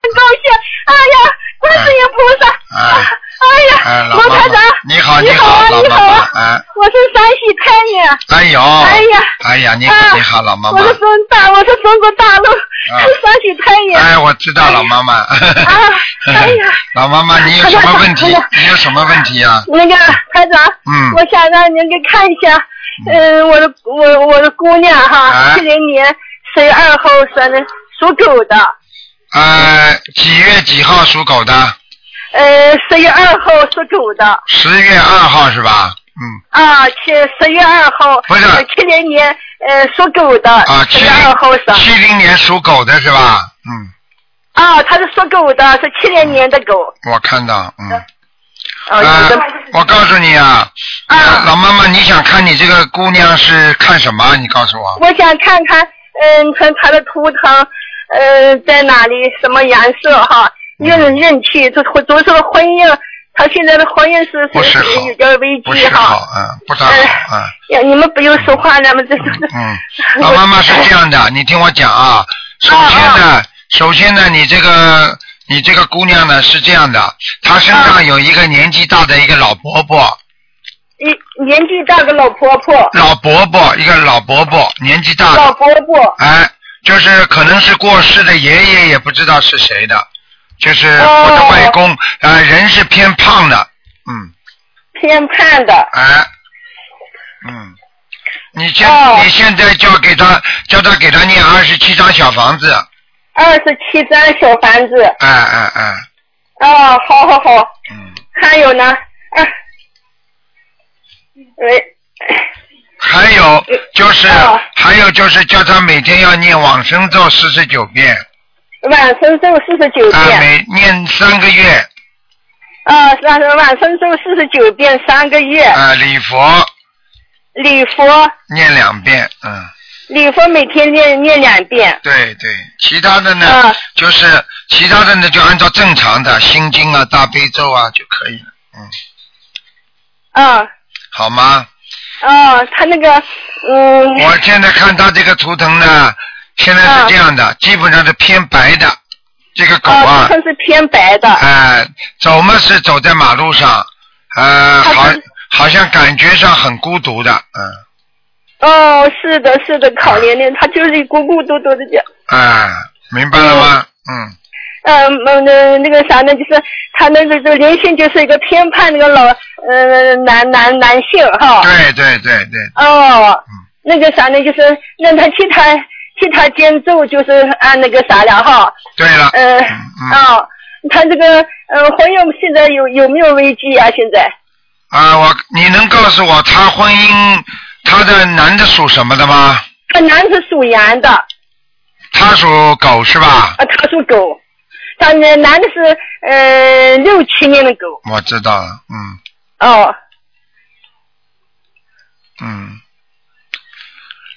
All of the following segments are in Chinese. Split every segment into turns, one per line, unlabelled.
哎
哎 啊我是山西太原。
哎呦，
哎呀，
哎呀，你
啊
可厉害了，妈
我
妈。
是中大，我是中国大陆，是山西太原。
啊哎，我知道了，妈妈。
啊，哎呀，
老妈妈，你有什么问题？你有什么问题啊？
那个台长，
嗯
我想让您给看一下，嗯，我的我我的姑娘
啊
哈，七零年十月二号生的，属狗的，
呃，几月几号属狗的？
呃，十月二号属狗的，
十月二号是吧？嗯，
啊，七十月二号，
不是
七零年呃属狗的
啊，，
十
七
月二号生，
七零年属狗的是吧？嗯，
啊，她是属狗的，是七零年的狗，
我看到，嗯。
啊，有
呃
的，
我告诉你啊，
啊
老妈妈，你想看你这个姑娘是看什么？你告诉我。
我想看看，嗯，看他的图腾，呃，在哪里，什么颜色哈？运运气，这婚都是个婚姻，他现在的婚姻是
嗯不是好
有点危
不
机
是好
哈。，
嗯，不大好，嗯。
呀，你们不用说话，咱们这都是。
嗯，老妈妈是这样的，你听我讲啊。首先
哦
呢，首先呢，你这个你这个姑娘呢是这样的，她身
哦
上有一个年纪大的一个老伯伯，
一年纪大的老婆婆，
老伯伯一个老伯伯，年纪大
老
的，
伯伯，
哎，就是可能是过世的爷爷，也不知道是谁的，就是
哦
或者外公，呃，人是偏胖的，嗯，
偏胖的。
哎，嗯。你现、
哦
你现在叫给他叫他给他念二十七张小房子，
二十七张小房子，
哎哎哎，
啊，好好好，
嗯，
还有呢，啊，
嗯
喂，
还有就是、
哦
还有就是叫他每天要念往生咒四十九遍，
呃晚生咒四十九
啊，
遍，
每念三个月，
啊，是啊，是啊往生咒四十九遍三个月，
啊，礼佛
礼佛
念两遍，嗯，
礼佛每天念念两遍，
对对，其他的呢、
啊
就是其他的呢就按照正常的心经啊、大悲咒啊就可以了，嗯，
啊
好吗？
啊，他那个嗯
我现在看他这个图腾呢，现在是这样的，基本上是偏白的，这个狗
嗯啊，
啊
他，是偏白的，
哎、走嘛是走在马路上，呃，
他
好
是，
好像感觉上很孤独的，嗯，
哦，是的，是的，可怜的，他就是孤孤独独的这样，
哎、明白了吗？嗯，
嗯嗯那那个啥呢，就是他那个这灵性就是一个偏叛那个老呃男男男性哈，
对嗯对对对，
哦，那个啥呢，就是那他其他其他间奏就是按那个啥了哈，
对了，
呃，
嗯
啊，他这个呃，婚姻现在有有没有危机呀、现在
啊，我你能告诉我他婚姻他的男的属什么的吗？
他男是属羊的，啊，
他属狗是吧？
他属狗，他那男的是呃六七年的狗，
我知道了，嗯
哦，
嗯，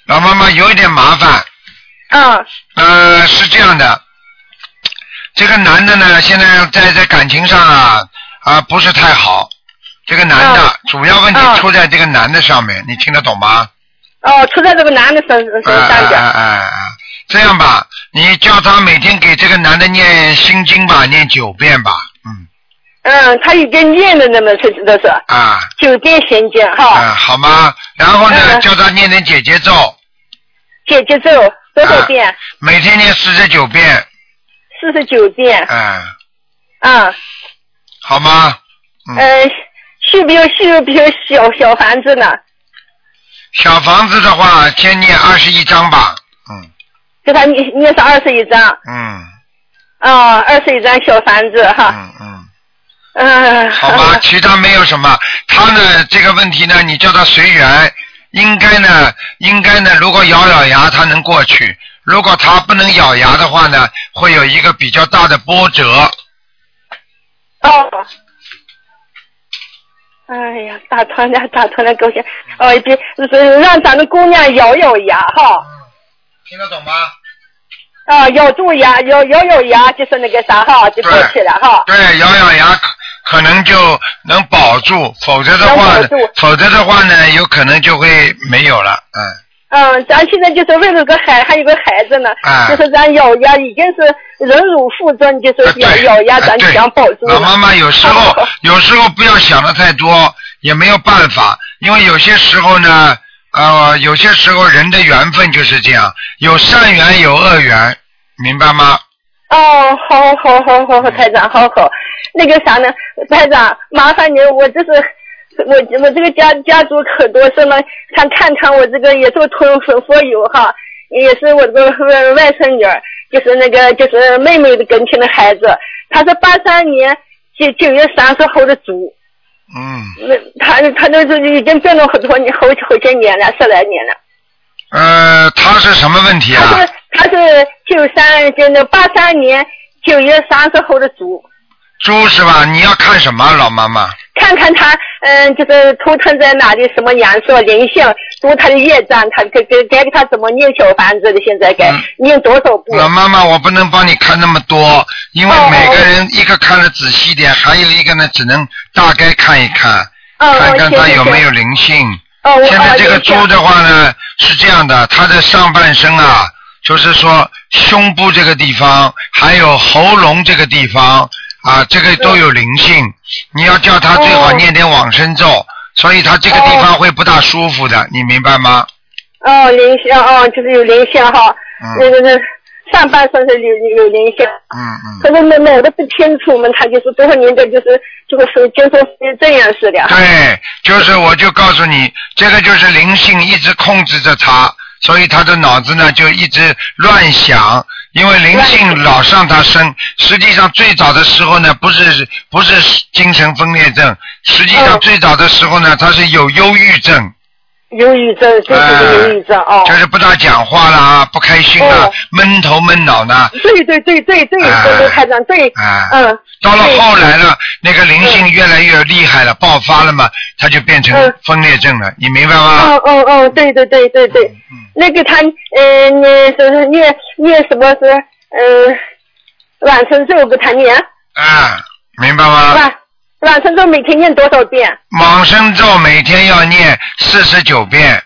老妈妈有一点麻烦，
啊，
呃，是这样的，这个男的呢，现在在在感情上啊啊不是太好。这个男的、
嗯
主要问题
嗯
出在这个男的上面，你听得懂吗？
哦，出在这个男的身身
哎
上
哎哎
的，
哎哎，这样吧，你叫他每天给这个男的念心经吧，念九遍吧，嗯
嗯，他已经念了那么是这是
啊
九遍心经
啊、
哈，
好吗？然后呢，
哦嗯
叫他念点姐姐咒，
姐姐咒多少遍？
每天念四十九遍，
四十九遍，
哎、
啊，
好吗？嗯，
呃，需不需需不需小小房子呢？
小房子的话，先念二十一章吧，嗯
给他念念上二十一张。
嗯。
啊，二十一张小房子哈，
嗯，嗯，
嗯，
好 吧，其他没有什么。他呢，这个问题呢，你叫他随缘。应该呢，应该呢，如果咬咬牙，他能过去；如果他不能咬牙的话呢，会有一个比较大的波折。
哦，哎呀，打团了，打团了，狗血，哦，别，就是让咱们姑娘咬咬牙哈，
听得懂吗？
啊，咬住牙，咬咬咬牙，就是那个啥哈，就过去了哈。
对，咬咬牙可可能就能保住，否则的话呢
能保住，
否则的话呢，有可能就会没有了。嗯，
嗯，咱现在就是为了个孩，还有个孩子呢，
哎
就是咱咬牙已经是忍辱负重，就
啊
是咬
对
咬牙，
啊
咱
对
想保住
老妈
了。
妈有时候有时候不要想的太多，也没有办法。因为有些时候呢，呃，有些时候人的缘分就是这样，有善缘有恶缘，明白吗？
哦，好好好好好，台长，好好。那个啥呢，台长，麻烦您，我就是我我这个家家族可多事了，想看看我这个也做同粉佛友哈，也是我的外外甥女儿，就是那个就是妹妹的跟前的孩子，她是八三年九九月三十号的猪，
嗯，
那她她都是已经病了很多年，好好些年了，十来年了。
呃，他是什么问题啊？
他是他是九三就那八三年九月三十号的猪，
猪是吧？你要看什么，啊老妈妈？
看看他嗯，就是头疼在哪里，什么颜色、灵性，读他的业障，他该该该给他怎么念小房子的，现在该
嗯
念多少步？
老妈妈，我不能帮你看那么多，因为
哦
每个人一个看的仔细点，还有一个呢，只能大概看一看，
哦，
看看
行
他有没？有
行
灵性。
哦，我
现在这个猪
哦
的话呢，是这样的，它的上半身啊，就是说胸部这个地方，还有喉咙这个地方啊，这个都有灵性。你要叫它最好
哦
念点往生咒，所以它这个地方会不大舒服的，你明白吗？
哦，灵性哦，就是有灵性哈，
嗯
那个那上半身是有有灵性。
嗯嗯，
可是那那我都不清楚嘛，他就是多少年的，就是就是精神是这样似的。
对，就是我就告诉你，这个就是灵性一直控制着它，所以他的脑子呢就一直乱想，因为灵性老上他身。实际上最早的时候呢，不是不是精神分裂症，实际上
嗯
最早的时候呢，他是有忧郁症，哎
忧郁症，就是忧郁症哦。
就是不大讲话啦，不开心啦
哦，
闷头闷脑呢，
对对对对对，
哎
对对，台长对，
啊。
嗯，
到了
对嗯
后来呢，那个灵性越来越厉害了，爆发了嘛，他就变成
嗯
分裂症了，你明白吗？
嗯嗯嗯，对对对对对，
嗯
那个他呃，你是念念什么是呃，晚生咒给他念，
啊，明白吗？
晚晚生咒每天念多少遍？
往生咒每天要念四十九遍，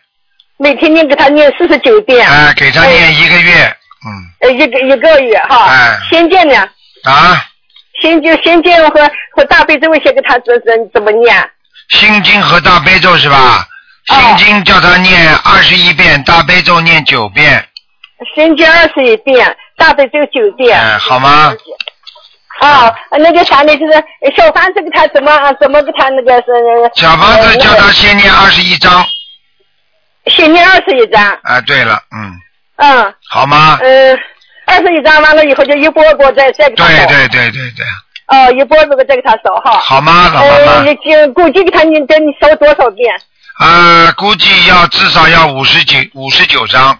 每天念给他念四十九遍，哎
啊，给他念一个月，嗯，
呃，一个一个月
哎
哈。先见呢，
啊，
先就先见和和大悲咒先给他怎怎怎么念？
心经和大悲咒是吧？心
哦
经叫他念二十一遍，大悲咒念九遍，
先见二十一遍，大悲咒九遍。
嗯，好吗？
啊，那个啥呢，就是小房子给他怎么啊怎么给他那个是
小房子叫他
呃
先念二十一章，
先念二十一张，
啊，对了，嗯，
嗯
好吗？
嗯，二十一张完了以后就一波一波再再给他
对
扫，
对对对对，
哦，一波一波再给他扫哈。
好吗，老妈
呃，
妈？
也就估计给他你得你扫多少遍，
呃，估计要至少要五十九五十九章，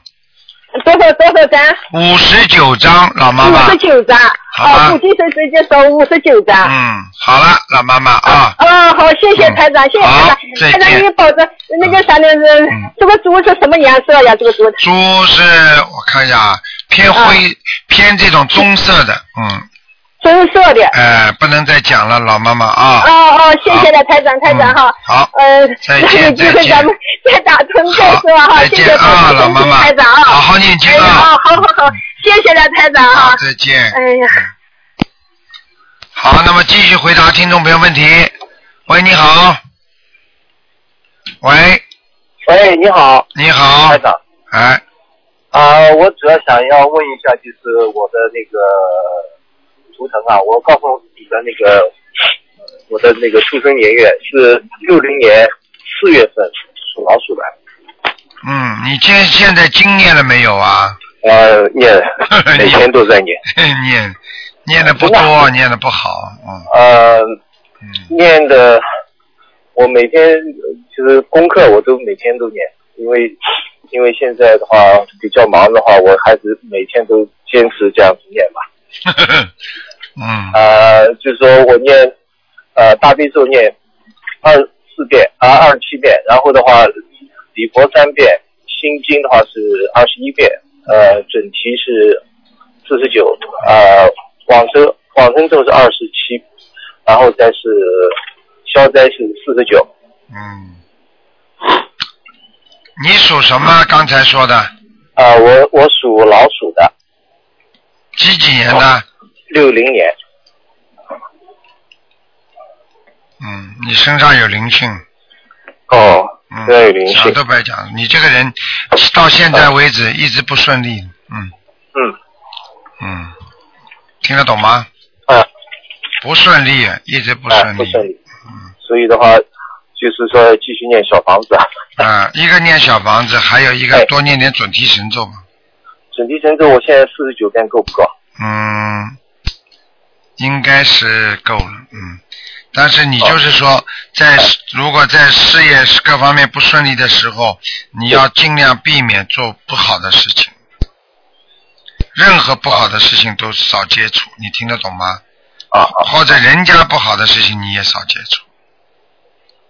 多少多少张？
五十九章，老妈妈
五十。九张，
好吧
哦，估计是直接扫五十九张。
嗯，好了，老妈妈啊。
哦，好，谢谢台长，谢谢台
好再
长，台
见
长你保证那个啥呢？是
嗯
这个猪是什么颜色呀？这个猪
猪是我看一下啊，偏灰、偏这种棕色的，嗯，
棕色的。
呃，不能再讲了，老妈妈啊，
哦哦，谢谢了，台长，台长哈。
嗯好
呃，
再
那
见
有机
再
会
见
咱们再打通再
好
说哈，，
再
谢谢
见啊，老妈妈，
台长啊。
好好念经
哎呀，
啊，
哦好好好，谢谢了，台长
好
啊，。
再见。嗯
哎呀。
好，那么继续回答听众朋友问题。喂，你好。喂，
喂，你好，
你好
台，长
哎，
啊、我主要想要问一下，就是我的那个图腾啊，我告诉你的那个呃我的那个出生年月是六零年四月份，属老鼠的，
嗯，你现现在经念了没有啊？
呃，念
你
每天都在念，
念，念的不
真的
多，念的不好，嗯
呃，
嗯，
念的我每天呃其实功课我都每天都念，因为因为现在的话比较忙的话，我还是每天都坚持这样子念吧。
嗯，
呃，就是说我念呃大悲咒念二十四遍啊二十七遍，然后的话礼佛三遍，心经的话是二十一遍，呃准提是四十九，呃往生往生咒是二十七，然后再是消灾是四十九，
嗯，你属什么？刚才说的
啊我我属老鼠的，
几几年的？
六零年，
嗯，你身上有灵性，
哦，身上有灵
讲
性。
都不要讲，你这个人到现在为止一直不顺利，嗯
嗯，
嗯，听得懂吗？
啊，
不顺利，一直不
哎，
顺
不
利
顺利。所以的话，就是说继续念小房子啊。
啊，一个念小房子，还有一个
哎
多念点准提神咒嘛，
准提神咒我现在四十九遍够不够？
嗯，应该是够了，嗯。但是
哦
你就是说，在如果在事业各方面不顺利的时候，你要尽量避免做不好的事情，任何不好的事情都少接触，你听得懂吗？
啊啊
或者人家不好的事情你也少接触。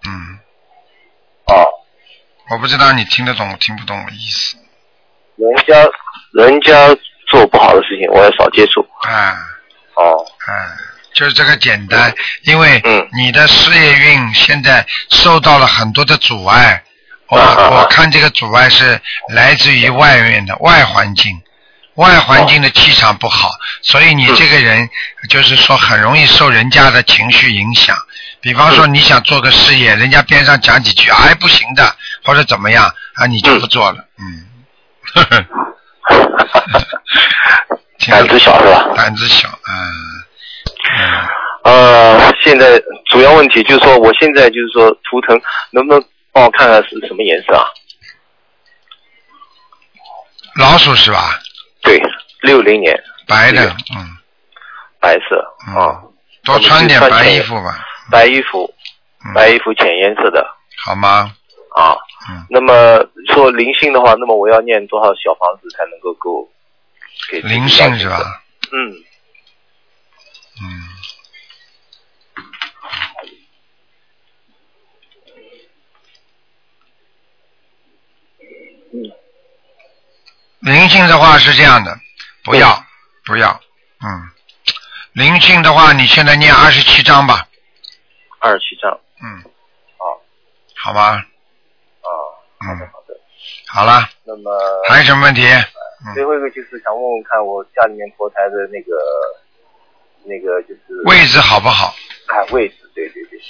嗯，
啊！
我不知道你听得懂听不懂我意思
人家人家做不好的事情，我要少接触。
啊。
哦，
嗯，就是这个简单，因为
嗯
你的事业运现在受到了很多的阻碍，我
啊啊啊
我看这个阻碍是来自于外面的外环境，外环境的气场不好，所以你
嗯
这个人就是说很容易受人家的情绪影响。比方
嗯
说你想做个事业，人家边上讲几句，哎不行的，或者怎么样啊，你就不做了，嗯，呵呵，听得
胆子小是吧？嗯
胆子小，嗯。
呃，现在主要问题就是说，我现在就是说图腾，能不能帮我看看是什么颜色啊？
老鼠是吧？
对，六零年
白的
是的，
嗯
白色
嗯
啊，
多穿点
我们去穿
白
浅
衣服吧，
白衣服，
嗯
白衣服浅颜色的
好吗？
啊
嗯。
那么说灵性的话，那么我要念多少小房子才能够够给自己
灵性是
要求的？
吧？
嗯，
嗯。灵性的话是这样的，不要不要，嗯，灵性的话你现在念二十七章吧，
二十七张
嗯，
好，
好吗？
啊，
嗯，
好的。
好了，
那么
还有什么问题？嗯
最后一个就是想问问看，我家里面佛台的那个那个就是
位置好不好？
啊位置，对对对对，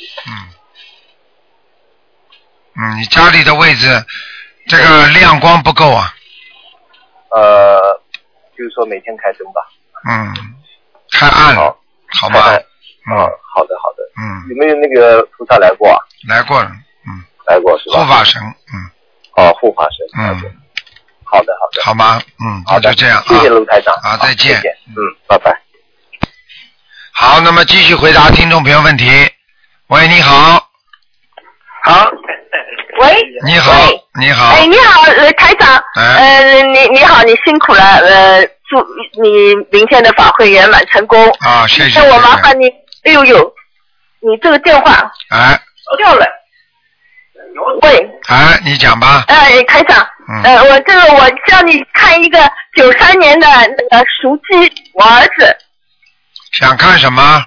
嗯，嗯，你家里的位置，这个亮光不够啊。
呃，就是说每天开灯吧。
嗯，太暗了，
好，
好
看
吗？
看
嗯
好的好的。
嗯，
有没有那个菩萨来过啊？
来过了，嗯，
来过是
护
吧？
法神，嗯
哦，护法神。来过
嗯，
好的好的。
好吗？嗯，
好
那
的，
就这样
谢
啊
谢。卢台长。
好
好
再见
谢谢嗯，拜拜。
好，那么继续回答听众朋友问题。喂，你好，
好，
喂，
你好
喂，
你 好，
哎，你好，呃，台长，
哎，
呃，你你好，你辛苦了，呃，祝你明天的法会圆满成功。
啊，谢谢，
那我
谢谢
麻烦你，哎呦呦，你这个电话
哎
掉了。喂，
哎，你讲吧，
呃，台长，
嗯，
呃，我这个我叫你看一个九三年的那个熟鸡，我儿子
想看什么？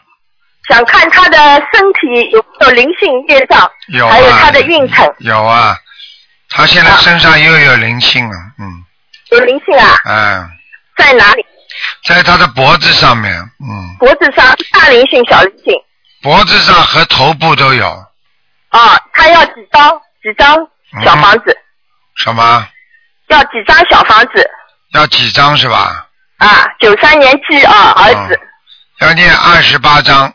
想看他的身体有没有灵性业障，
有啊，
还有他的运程
有啊，他现在
啊
身上又有灵性了，嗯，
有灵性啊，
哎。
在哪里？
在他的脖子上面，嗯，
脖子上大灵性、小灵性
脖子上和头部都有
啊，他要几张几张
嗯
小房子？
什么？
要几张小房子
要几张是吧？
啊？九三年鸡啊，儿子、
嗯要念二十八章，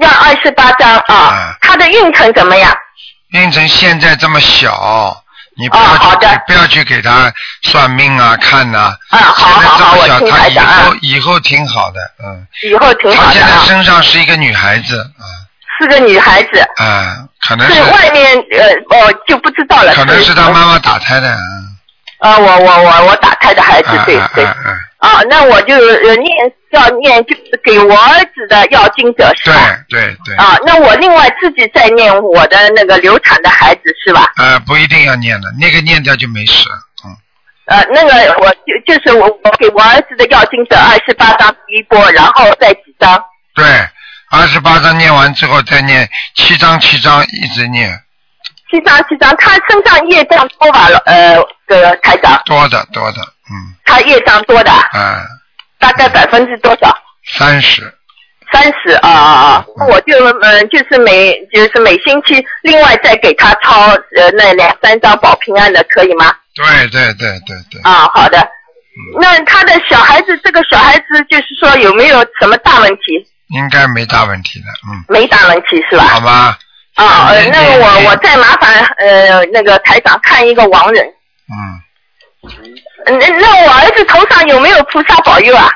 要二十八张啊
啊。
他的运程怎么样？
运程现在这么小，你不
哦
要去、
好的
你不要去给他算命啊、看呐、
啊，好
现在
好
这
好，
么
我
小，
听
他
台
以
长啊
后，以后挺好的，嗯，
以后挺
他
好
现
的
在
啊。
身上是一个女孩子，啊、
是个女孩子，
啊、可能
是
是
外面呃，我就不知道了。
可能是他妈妈打胎的，
啊，我我我我打胎的孩子，
嗯
对
嗯
对。
嗯嗯，
啊，那我就呃念要念，就是给我儿子的要经者是
对
吧？
对对，
啊，那我另外自己再念我的那个流产的孩子是吧？
呃，不一定要念的，那个念掉就没事了，嗯。
呃，那个我就就是我我给我儿子的要经者二十八张第一波，然后再几张
对，二十八章念完之后再念七章，七章一直念，
七张七张，他身上业障多吧？呃，这个台长，
多的多的，嗯
他业障多的，
啊，
大概百分之多少？
三十，
三十啊啊啊！我就嗯，就是每就是每星期另外再给他抄呃那两三张保平安的，可以吗？
对对对对对，嗯
啊，好的。那他的小孩子，这个小孩子就是说有没有什么大问题？
应该没大问题的，嗯，
没大问题是
好
吧？
吧，
啊，呃，那
嗯
我我
嗯
再麻烦呃那个台长看一个亡人，
嗯，
嗯那那我儿子头上有没有菩萨保佑啊？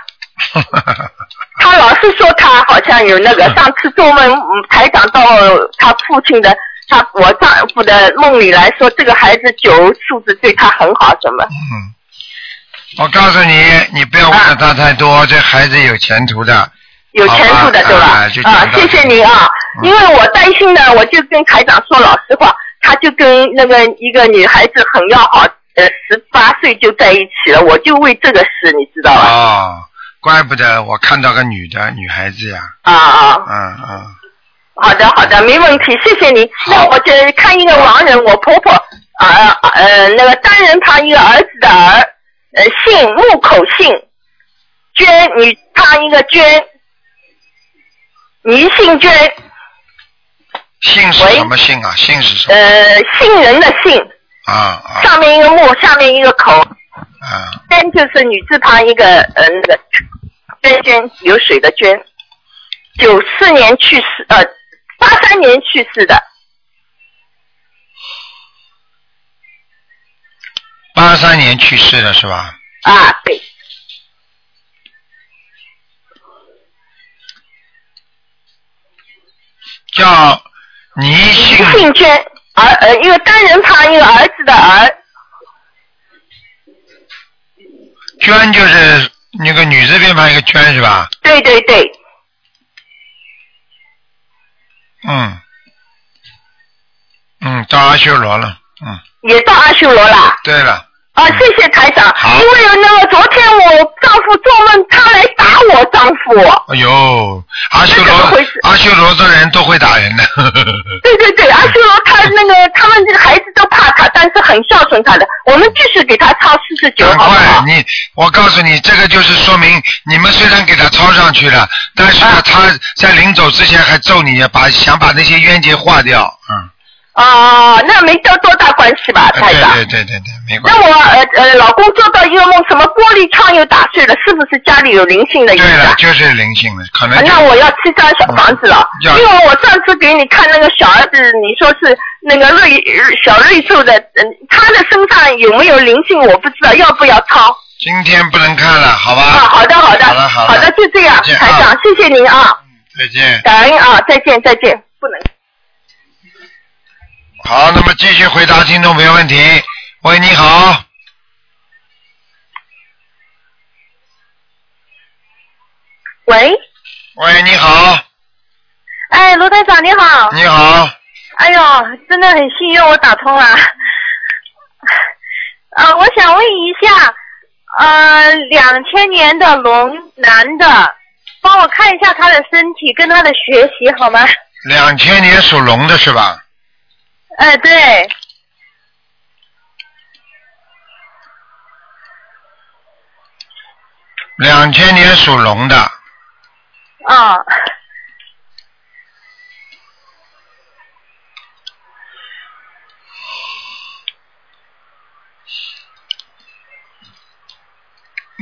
他老是说他好像有那个，上次做梦，嗯台长到他父亲的，他我丈夫的梦里来说，这个孩子酒素质对他很好，什么？
嗯，我告诉你，你不要问的他太多，这孩子有前途的。
啊有前途的，
好吧哎
对吧
就？讲
啊，
到
谢
这
谢
里
您啊，
嗯
因为我担心的，我就跟台长说老实话，他就跟那个一个女孩子很要好，呃，十八岁就在一起了，我就为这个事，你知道吧？
哦，怪不得我看到个女的女孩子呀，
啊啊，
嗯嗯，
好的，好的，没问题，谢谢您。那我就看一个盲人，我婆婆，呃呃，那个单人旁一个儿子的儿，呃，姓木口姓，娟女旁一个娟，倪姓娟，
姓是
喂
什么姓啊？姓是什么？
呃，姓人的姓，
啊啊
上面一个木，下面一个口，
啊！
娟就是女字旁一个呃那个娟娟，流水的娟，九四年去世，呃，八三年去世的，
八三年去世的是吧？
啊，对。
叫倪姓
姓娟，儿呃一个单人旁一个儿子的儿，
娟，就是那个女字边旁一个娟是吧？
对对对，
嗯，嗯，到阿修罗了。嗯，
也到阿修罗啦。
对了，
啊，谢谢台长
嗯好，
因为那个昨天我丈夫做梦，他来打我丈夫。
哎呦，阿修
这怎么
罗
回事，
阿修罗的人都会打人的。呵呵呵
对对对，阿修罗他那个他们这个孩子都怕他，但是很孝顺他的。我们继续给他抄四十九，
赶
好不
快
好，？
你我告诉你，这个就是说明你们虽然给他抄上去了，但是
啊
呢，他在临走之前还咒你，把想把那些冤结化掉。嗯，
啊，那没多多大关系吧，
呃
台长。
对对对对对，没关
那
系。
我呃呃，老公做到一个梦，什么玻璃窗又打碎了，是不是家里有灵性的意思
对
啊
了，？就是灵性了，可能
啊
就
那我要七张小房子了，因
哎嗯要
为我上次给你看那个小儿子，你说是那个瑞呃小瑞兽的，嗯，他的身上有没有灵性我不知道，要不要抄？
今天不能看了，好吧？
啊，好的好的，
好了好了
的就这样，
再见
台
啊
长，谢谢您啊，
再见。
感恩啊，再见再见，
嗯
不能。
好，那么继续回答听众朋友问题。喂，你好。
喂，
喂，你好，嗯
哎，罗台长你好，
你好，
哎呦，真的很幸运我打通了， 呃，我想问一下，呃，两千年的龙男的。
帮我看一下他的身体跟他的学习好 吗？
两千年属龙的是吧？
哎，对，
两千年属龙的，
啊、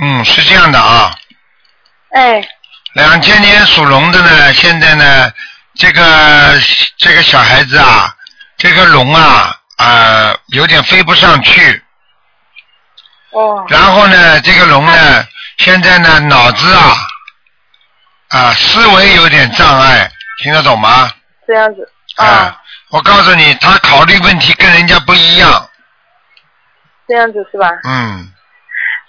嗯，是这样的啊。
哎，
两千年属龙的呢，现在呢，这个这个小孩子啊，这个龙啊，呃，有点飞不上去。
哦，
然后呢，这个龙
啊
呢，现在呢，脑子啊，啊，思维有点障碍，听得懂吗？
这样子，啊、
啊，我告诉你，他考虑问题跟人家不一样。
这样子是吧？
嗯，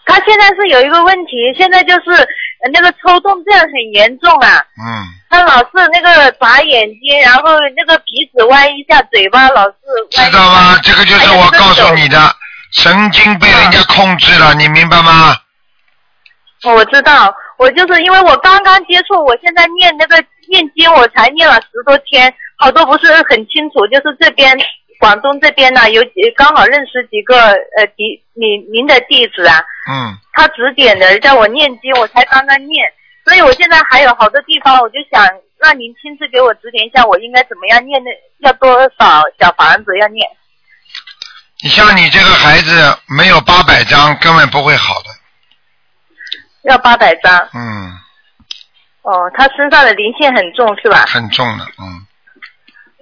他现在是有一个问题，现在就是呃那个抽动症很严重啊，
嗯，
他老是那个眨眼睛，然后那个鼻子歪一下，嘴巴老是歪
知
一
道
下。
吗？这个
哎
就是我告诉你的，神经被人家控制
啊
了，你明白吗？
我知道，我就是因为我刚刚接触，我现在念那个念经，我才念了十多天，好多不是很清楚，就是这边广东这边呢、有几刚好认识几个呃弟您您的弟子啊，
嗯，
他指点的叫我念经，我才刚刚念，所以我现在还有好多地方，我就想让您亲自给我指点一下，我应该怎么样念的，要多少小房子要念？
你像你这个孩子没有八百张，根本不会好的。
要八百张。
嗯，
哦，他身上的灵性很重是吧？
很重的，嗯，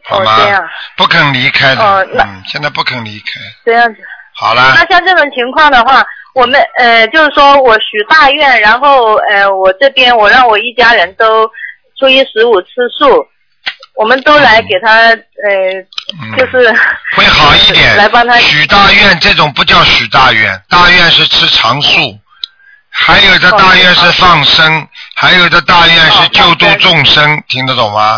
好
哦，
吗？
这样
不肯离开的，
哦那
嗯，现在不肯离开。
这样子。
好啦，
那像这种情况的话，我们呃，就是说我许大愿，然后呃，我这边我让我一家人都初一十五吃素，我们都来给他呃，
嗯，
就是、
会好一点。
来帮他
许大愿这种不叫许大愿，大愿是吃长素，还有的大愿是放生，还有的大愿是救度众生，听得懂吗？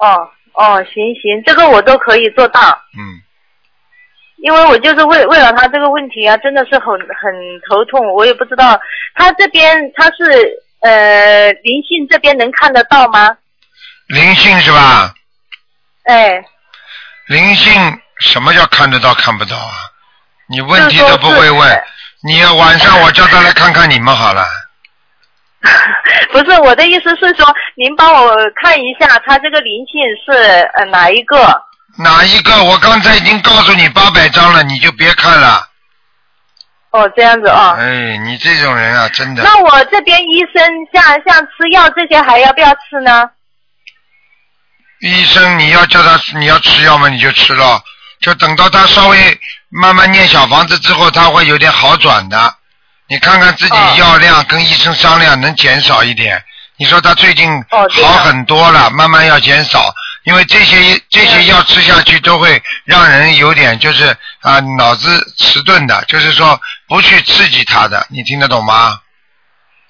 哦哦，行行，这个我都可以做到，
嗯，
因为我就是为为了他这个问题啊，真的是很很头痛，我也不知道他这边他是呃灵性这边能看得到吗？
灵性是吧？
哎，
灵性什么叫看得到看不到啊？你问题
就是
都
说
不会
是
问，你要晚上我叫他来看看你们好了。
不是我的意思是说，您帮我看一下他这个灵性是呃哪一个？
哪一个？我刚才已经告诉你八百张了，你就别看了。
哦，这样子哦。
哎，你这种人啊，真的。
那我这边医生像像吃药这些还要不要吃呢？
医生，你要叫他，你要吃药嘛，你就吃了，就等到他稍微慢慢念小房子之后，他会有点好转的。你看看自己
哦
药量，跟医生商量能减少一点。你说他最近
哦这样
好很多了，慢慢要减少，因为这些这些药吃下去都会让人有点就是啊、脑子迟钝的，就是说不去刺激他的，你听得懂吗？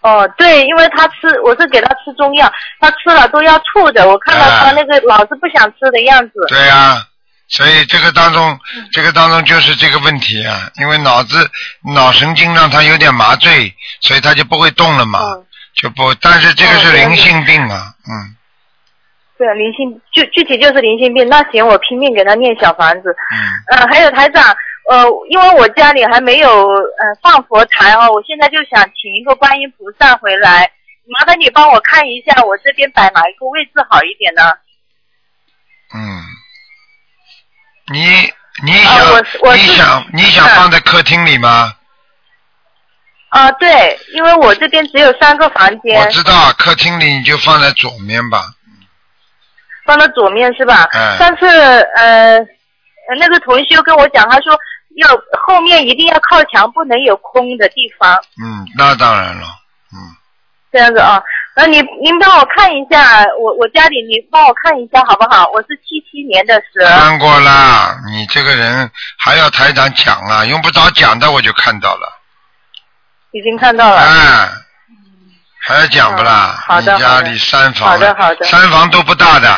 哦，对，因为他吃，我是给他吃中药，他吃了都要吐的，我看到
哎
他那个老是不想吃的样子。
对呀、所以这个当中，
嗯
这个当中就是这个问题啊，因为脑子脑神经让他有点麻醉，所以他就不会动了嘛，
嗯，
就不。但是这个是
哦对
灵性病啊，嗯
对，灵性就具体就是灵性病。那行，我拼命给他念小房子。
嗯，
呃，还有台长，呃，因为我家里还没有呃放佛台哦，我现在就想请一个观音菩萨回来，麻烦你帮我看一下，我这边摆哪一个位置好一点呢？
嗯。你你想、
啊我是我是
你想你想
嗯
放在客厅里吗？
啊、对，因为我这边只有三个房
我
间，
知道，客厅里你就放在左面吧。
放到左面是吧？
嗯
上次呃呃那个同修跟我讲，他说要后面一定要靠墙，不能有空的地方。
嗯，那当然了，嗯，
这样子啊。那您您帮我看一下，我我家里您帮我看一下好不好？我是七七年的蛇。
看过啦。你这个人还要台长讲啊，用不着讲的我就看到了。
已经看到了。
哎，还要讲不啦？
啊嗯好的
你家里三房，
好的好的
三房都不大的，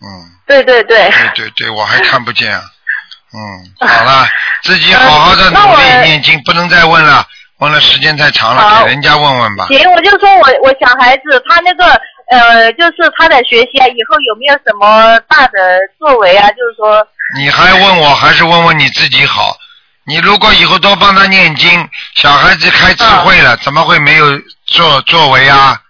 嗯，
对对对。
对对对，我还看不见啊， 嗯，好了，自己好好的
那
努力
我
念经，不能再问了，问了时间太长了，
好
给人家问问吧。
行，我就说我我小孩子他那个呃，就是他的学习啊，以后有没有什么大的作为啊？就是说，
你还问我，还是问问你自己好？你如果以后多帮他念经，小孩子开智慧
嗯
了，怎么会没有作作为啊？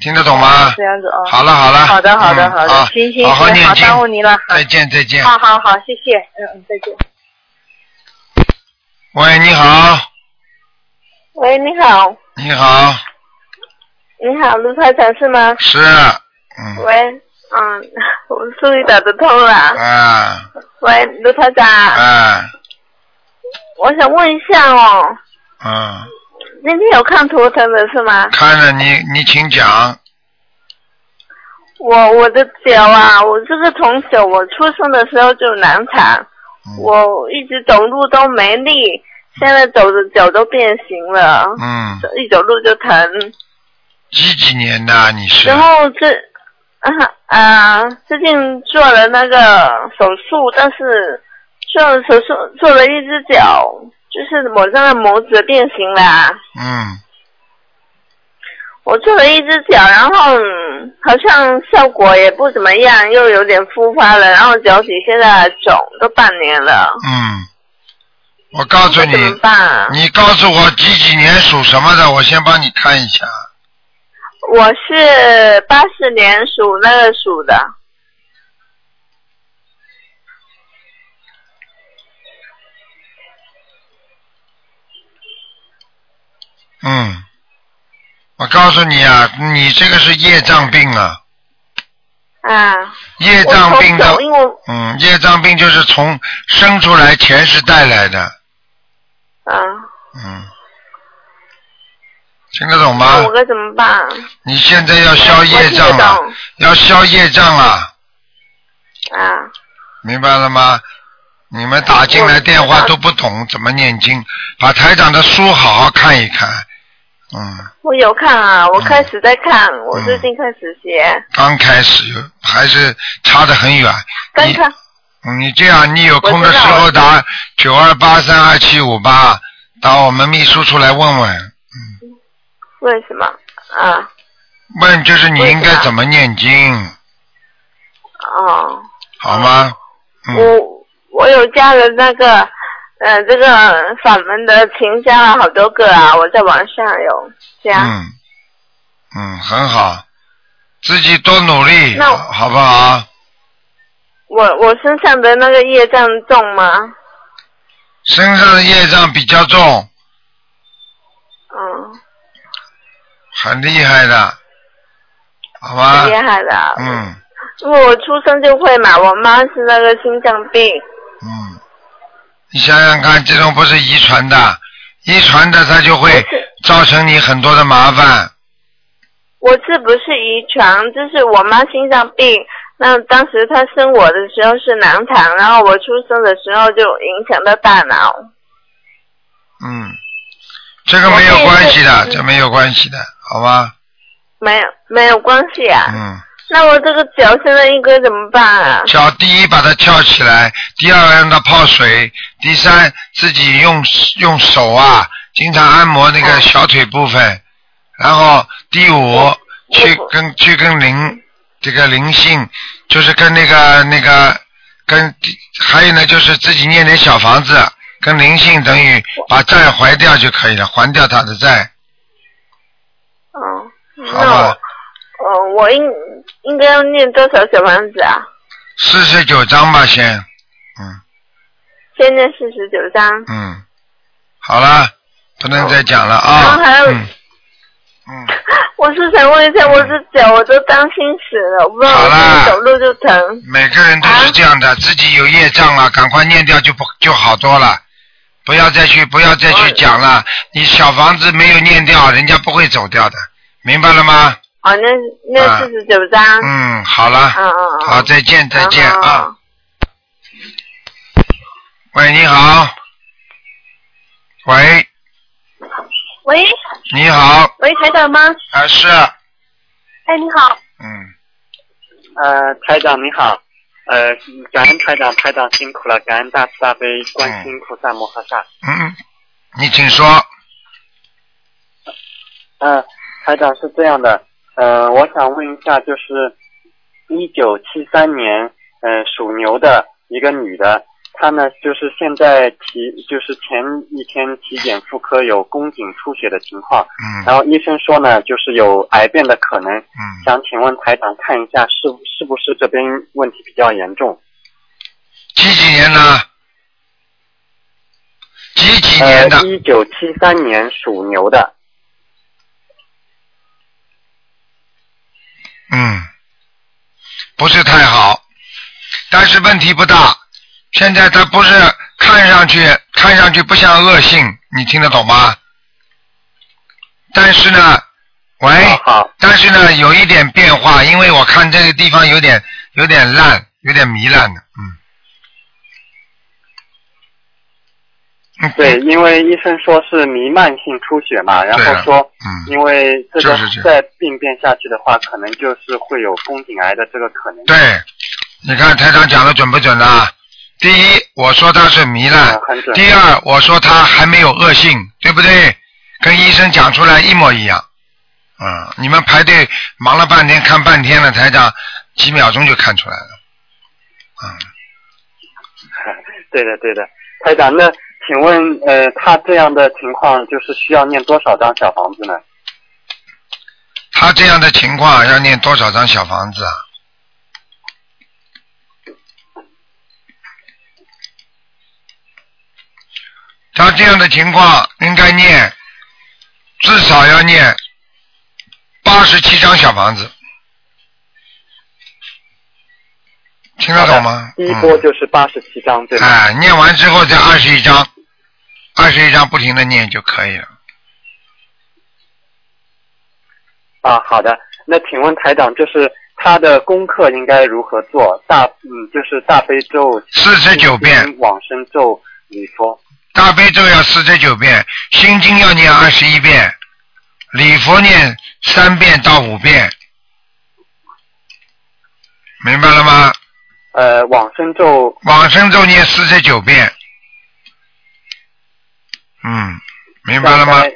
听得懂吗？
这样子啊。
好了好了，
好的好的
嗯
好的
啊
行行
好好
行
念
好
经，
耽误你了好
再见再见。
好好好，谢谢，嗯嗯，再见。
喂，你好，
喂，你好，
你好，
你好，卢台长是吗？
是，嗯，
喂，嗯， 我终于打得通了。
啊，
喂，卢台长，
啊，
我想问一下哦，
嗯，
今天有看图腾的是吗？
看了你，你请讲，
我我的脚啊，我这个从小我出生的时候就难产，
嗯
我一直走路都没力，现在走着脚都变形了，
嗯，
一走路就疼。
几几年的啊你是？
然后这啊啊，最近做了那个手术，但是做了手术做了一只脚，就是我这个拇指变形了啊。
嗯，
我做了一只脚，然后、嗯好像效果也不怎么样，又有点复发了，然后脚底现在还肿，都半年了。
嗯，我告诉
这
你
怎，么办、啊？
你告诉我几几年属什么的，我先帮你看一下。
我是八四年属那个属的，
嗯，我告诉你啊，你这个是业障病啊。
啊，
业障病
我
的
从小因为我，
嗯，业障病就是从生出来前世带来的，
啊，
嗯，听得懂吗
那哎我？该怎么办？
你现在要消业障
我
了
听，
要消业障了，
啊，
明白了吗？你们打进来电话都不懂怎么念经，把台长的书好好看一看，嗯，
我有看啊，我
嗯
开始在看，我
嗯
最近开始学，
刚开始有还是差得很远。
刚
你嗯
看，
你这样，你有空的时候打九二八三二七五八，打我们秘书处来问问，
为什么？啊，
问就是你应该怎么念经，
哦，
好吗？嗯，
我我有加了那个，呃，这个法门的群加了好多个啊，我在网上有加。
嗯，嗯，很好，自己多努力，
那我
好不好？
我我身上的那个业障重吗？
身上的业障比较重，
嗯，
很厉害的，好
挺
吧
厉？害的啊、
嗯
因为我出生就会嘛，我妈是那个心脏病。
嗯，你想想看，这种不是遗传的，遗传的它就会造成你很多的麻烦。
我是不是遗传？就是我妈心脏病，那当时她生我的时候是难产，然后我出生的时候就影响到大脑。
嗯，这个没有关系
嗯
的，这没有关系的，好吧？
没有没有关系啊，
嗯，
那我这个脚现在应该怎么办啊？
脚第一把它翘起来，第二让它泡水，第三自己用用手啊，经常按摩那
哦
个小腿部分，然后第五去跟去跟灵这个灵性，就是跟那个那个跟还有呢就是自己念点小房子，跟灵性等于把债还掉就可以了，还掉他的债，
嗯，那
好吧
我，呃，我应应该要念多少小房子啊？
四十九章吧先，嗯。
先念四十九章。
嗯，好了，不能再讲了
然
啊。
后还有
嗯，嗯，
我是想问一下，我这脚我都担心死了，我不知道
好
我
啦
现在走路就疼。
每个人都是这样的，自己有业障了，赶快念掉就不就好多了。不要再去，不要再去讲了。你小房子没有念掉，人家不会走掉的，明白了吗？
哦，那那
啊
四十九章。
嗯，好了，
嗯嗯嗯。
好，再见，再见
然后
啊。。喂，你好。喂，
喂
你好，
喂，台长吗？
啊是，
哎，你好。
嗯，
呃，台长你好，呃，感恩台长，台长辛苦了，感恩大慈大悲观世音菩萨摩诃萨。
嗯，你请说，
呃，台长是这样的，呃，我想问一下，就是一九七三年，呃，属牛的一个女的，她呢就是现在体就是前一天体检妇科有宫颈出血的情况，
嗯
然后医生说呢就是有癌变的可能，
嗯。
想请问台长看一下是是不是这边问题比较严重？
几几年呢？几几年的？
呃一九七三年属牛的，
嗯，不是太好，但是问题不大。现在他不是看上去看上去不像恶性，你听得懂吗？但是呢，喂，
啊好，
但是呢有一点变化，因为我看这个地方有点有点烂，有点糜烂的，嗯。嗯
对，，因为医生说是弥漫性出血嘛，然
对
后
啊
说，
嗯，
因为这
就
个
是这样
再病变下去的话，可能就是会有宫颈癌的这个可能性，
对，你看台长讲的准不准啊？第一，我说他是糜烂
呃，很准。
第二，我说他还没有恶性，对不对？跟医生讲出来一模一样。嗯，你们排队忙了半天，看半天了，台长几秒钟就看出来了。
对的，对的，台长，那请问，呃，他这样的情况就是需要念多少张小房子呢？
他这样的情况要念多少张小房子啊？他这样的情况应该念，至少要念八十七张小房子，听得懂吗？
第一
嗯
波就是八十七张，对吗？
哎，念完之后再二十一章，二十一章不停的念就可以了。
啊，好的。那请问台长，就是他的功课应该如何做？大嗯，就是大悲咒
49遍
心经往生咒、礼佛。
大悲咒要四十九遍，心经要念二十一遍，礼佛念三遍到五遍，明白了吗？
呃，往生咒
往生咒念四十九遍，嗯，明白了吗
大？概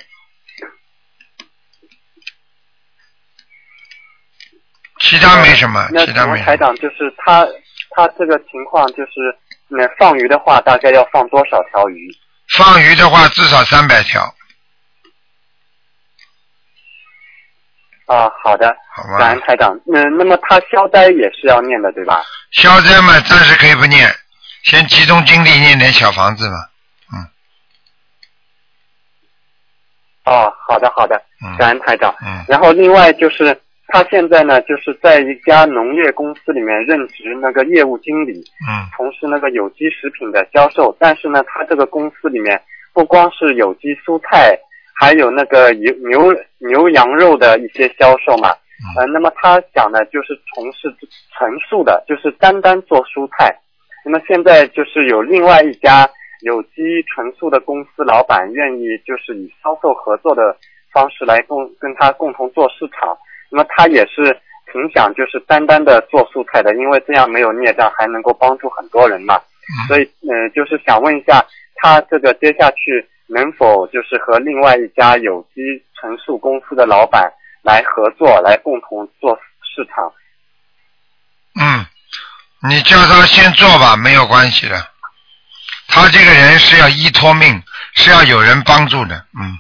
其他没什么，
呃那
其
请
他
问
没
台
什么。
长，就是他他这个情况，就是那放鱼的话，大概要放多少条鱼？
放鱼的话，至少三百条，
啊，好的，
好
感
吗
恩？台长。嗯，那么他消灾也是要念的，对吧？
消灾嘛，暂时可以不念，先集中精力念点小房子嘛。
哦，好的，好的，
嗯
感恩台长。
嗯，
然后另外就是他现在呢，就是在一家农业公司里面任职那个业务经理，
嗯，
从事那个有机食品的销售。但是呢，他这个公司里面不光是有机蔬菜，还有那个牛牛牛羊肉的一些销售嘛。呃，那么他想呢，就是从事纯素的，就是单单做蔬菜。那么现在就是有另外一家有机纯素的公司老板愿意就是以销售合作的方式来共跟他共同做市场。那么他也是挺想就是单单的做素菜的，因为这样没有孽障，还能够帮助很多人嘛。
嗯
所以，呃，就是想问一下，他这个接下去能否就是和另外一家有机纯素公司的老板来合作，来共同做市场？
嗯，你叫他先做吧，没有关系的。他这个人是要依托命，是要有人帮助的。嗯，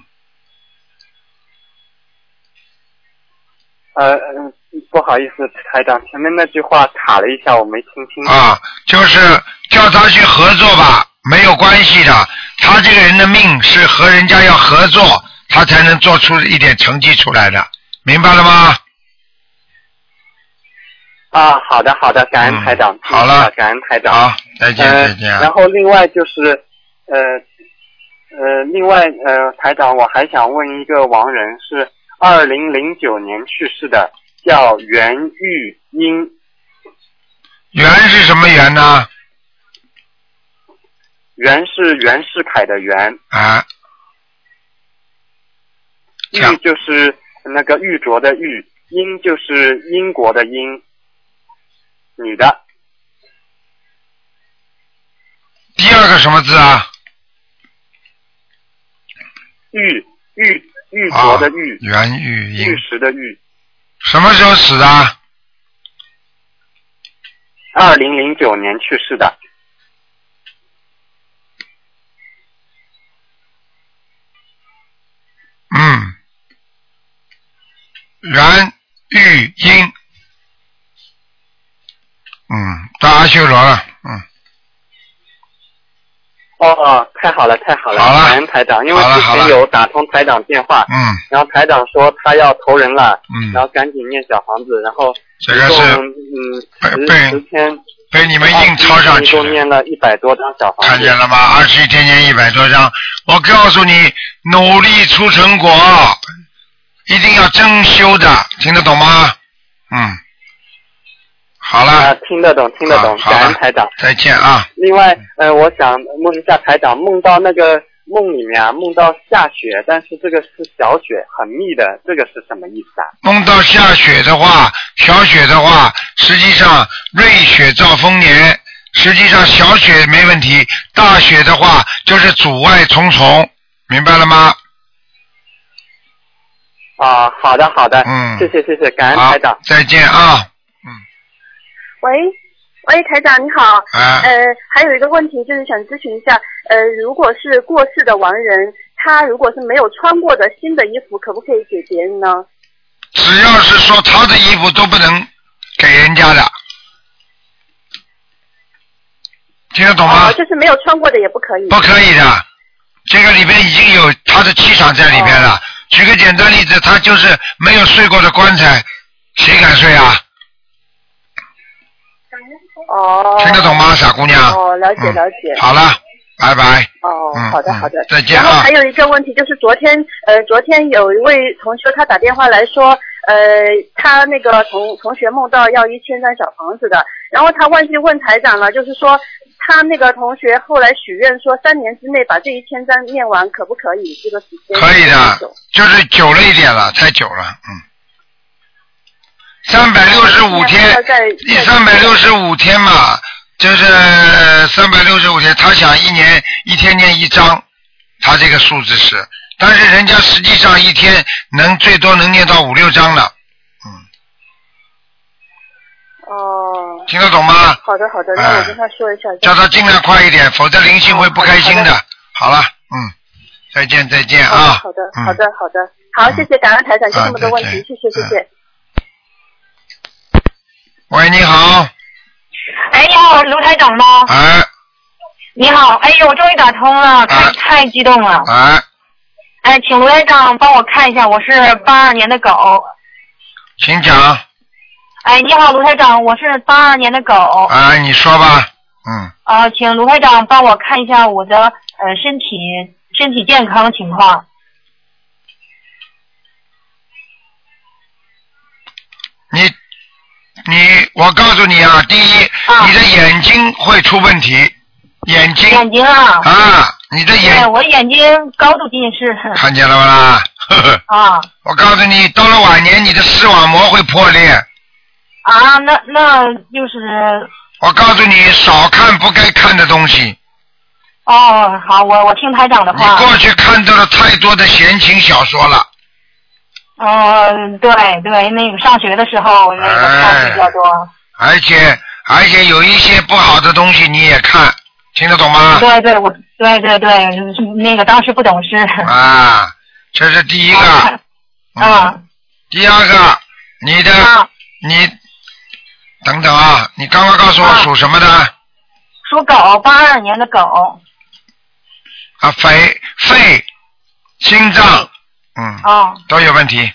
呃，嗯不好意思，台长，前面那句话卡了一下，我没听清楚。
啊，就是叫他去合作吧，没有关系的。他这个人的命是和人家要合作，他才能做出一点成绩出来的，明白了吗？
啊，好的，好的，感恩
嗯
台长。啊
好了
感恩台长。
好，再见，
呃
再见。
然后另外就是，呃呃，另外呃，台长，我还想问一个亡人，是二零零九年去世的，叫袁玉英，
缘是什么缘呢？
袁是袁世凯的袁，
啊，
玉
讲
就是那个玉镯的玉，英就是英国的英，女的
第二个什么字啊？
玉玉玉镯的玉，
袁玉啊英
玉石的玉。
什么时候死的？
二零零九年去世的，
嗯，袁玉英，嗯，到阿修罗了，嗯，
哦哦，太好了，太好了，
好了
感恩台长，因为
好了
之
好了
前有打通台长电话，
嗯
然后台长说他要投人了，然
嗯，
后赶紧念小房子，然后
这个
一共
是
嗯
被
十十天，
被你
你
们硬抄上去
一共
的，
念了一百多张小房
看
子
见。了吗？二十一天念一百多张，我告诉你，努力出成果，一定要真修的，听得懂吗？嗯，好
啊
了，，
听得懂，听得懂，
好好了
感恩台长。
再见啊，
另外，呃，我想问一下台长，梦到那个梦里面啊，梦到下雪，但是这个是小雪，很密的，这个是什么意思啊？
梦到下雪的话，小雪的话，实际上瑞雪兆丰年。实际上小雪没问题，大雪的话就是阻碍重重，明白了吗？
啊，好的，好的，
嗯
谢谢，谢谢，感恩
好
台长。，
再见啊！
喂，喂，台长你好，
啊，
呃，还有一个问题就是想咨询一下，呃，如果是过世的亡人，他如果是没有穿过的新的衣服，可不可以给别人呢？
只要是说他的衣服都不能给人家的，听得懂吗？
哦，就是没有穿过的也不可以。
啊不可以的，这个里边已经有他的气场在里边
啊
了。举个简单例子，他就是没有睡过的棺材，谁敢睡啊？
哦。
听得懂吗，傻姑娘？
哦，了解
嗯
了解。
好了，拜拜。
哦，
嗯
好的
嗯
好的，
再见啊
然后还有一个问题就是昨天，呃，昨天有一位同学他打电话来说，呃，他那个同同学梦到要一千张小房子的，然后他忘记问台长了，就是说他那个同学后来许愿说三年之内把这一千张念完，可不可以？这个时间
可以的
多久，
就是久了一点了，太久了，嗯。三百六十五
那
天
要再，
一三百六十五天嘛，就是三百六十五天。他想一年一天念一章，他这个数字是，但是人家实际上一天能最多能念到五六章了，
哦，
听得懂吗？
好的好的，那我
哎
跟他说一下。
叫他尽量快一点，否则灵性会不开心的。好了，嗯，再见再见
好的
啊，
好的
嗯
好的好的，好，谢谢感恩台长，就这么多问题
啊，
谢谢谢谢。
喂，你好，
哎呦，卢台长吗？
哎
你好，哎呦，我终于打通
啊
了，太太激动了。
哎，
哎，请卢台长帮我看一下，我是八二年的狗。
请讲，
哎，你好，卢台长，我是八二年的狗。
哎，你说吧，嗯。
呃，请卢台长帮我看一下我的呃身体身体健康情况。
你你，我告诉你啊，第一，你的眼睛会出问题，眼睛
眼睛啊，
啊，你的
对
眼
我眼睛高度近视。
看见了吧啦？呵呵，
啊
我告诉你，到了晚年，你的视网膜会破裂。
啊，那那就是
我告诉你，少看不该看的东西。
哦，好，我我听台长的
你
话。
过去看到了太多的闲情小说了，
嗯，对对，那个上学的时候那
哎
个看的比较多。
而且而且有一些不好的东西你也看，听得懂吗？
对对，我对对对，那个当时不懂事。
啊，这是第一个。嗯
啊
第二个，你的、
啊，
你等等啊，你刚刚告诉我属什么的啊
属狗，八二年的狗。
肺、啊肺、心脏，嗯，
啊，
都有问题，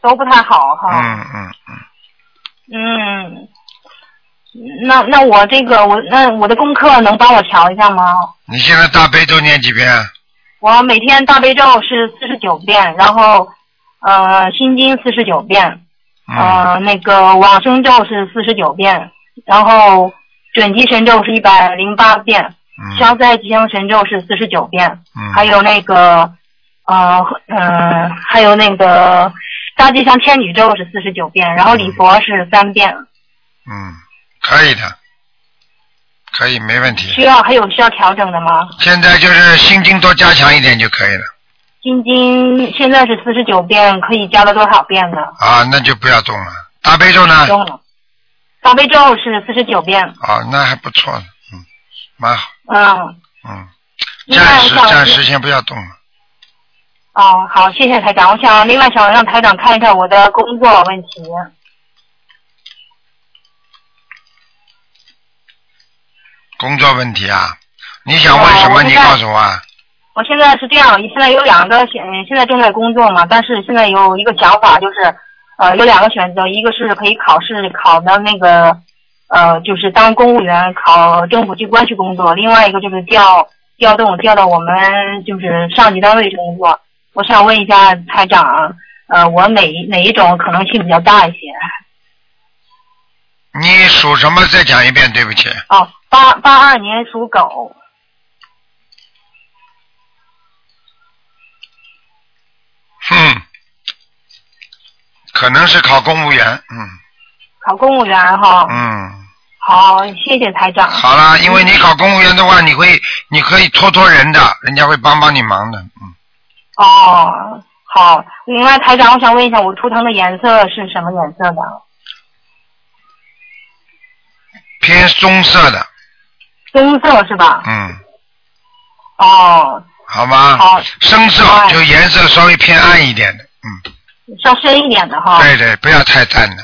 都不太好哈。
嗯嗯嗯，
嗯。那那我这个我那我的功课能帮我调一下吗？
你现在大悲咒念几遍啊？
我每天大悲咒是四十九遍，然后呃心经四十九遍，
嗯
呃，那个往生咒是四十九遍，然后准提神咒是一百零八遍，消灾吉祥神咒是四十九遍，
嗯
还有那个呃呃，还有那个大吉祥天女咒是四十九遍，然后礼佛是三遍。
嗯，可以的，可以，没问题。
需要还有需要调整的吗？
现在就是心经多加强一点就可以了
心经现在是四十九遍，可以加到多少遍呢？
啊，那就不要动了。大悲咒呢？
中了。大悲咒是四十九遍，
啊，那还不错呢，嗯，蛮好，
嗯，
嗯，
另外
暂时
想
暂时先不要动了。
哦，好，谢谢台长。我想另外想让台长看一下我的工作问题。
工作问题啊？你想问什
哦
么？
我
你
现在
告诉我啊。
我现在是这样，现在有两个选，现在正在工作嘛，但是现在有一个想法，就是呃有两个选择，一个是可以考试考的那个呃就是当公务员考政府机关去工作，另外一个就是调调动调到我们就是上级单位去工作。我想问一下台长，呃，我哪一哪一种可能性比较大一些？
你属什么？再讲一遍，对不起。
哦，八八二年属狗，
哼，可能是考公务员。嗯
考公务员哈。
嗯，
好，谢谢台长。
好啦，因为你考公务员的话，你会你可以托托人的，人家会帮帮你忙的。嗯，
哦，好。另外，台长，我想问一下，我图腾的颜色是什么颜色的？
偏棕色的。
棕色是吧？
嗯，
哦，
好吗？
好
深色
哦好
就颜色稍微偏暗一点的。嗯，
稍深一点的哈。
对对，不要太淡了，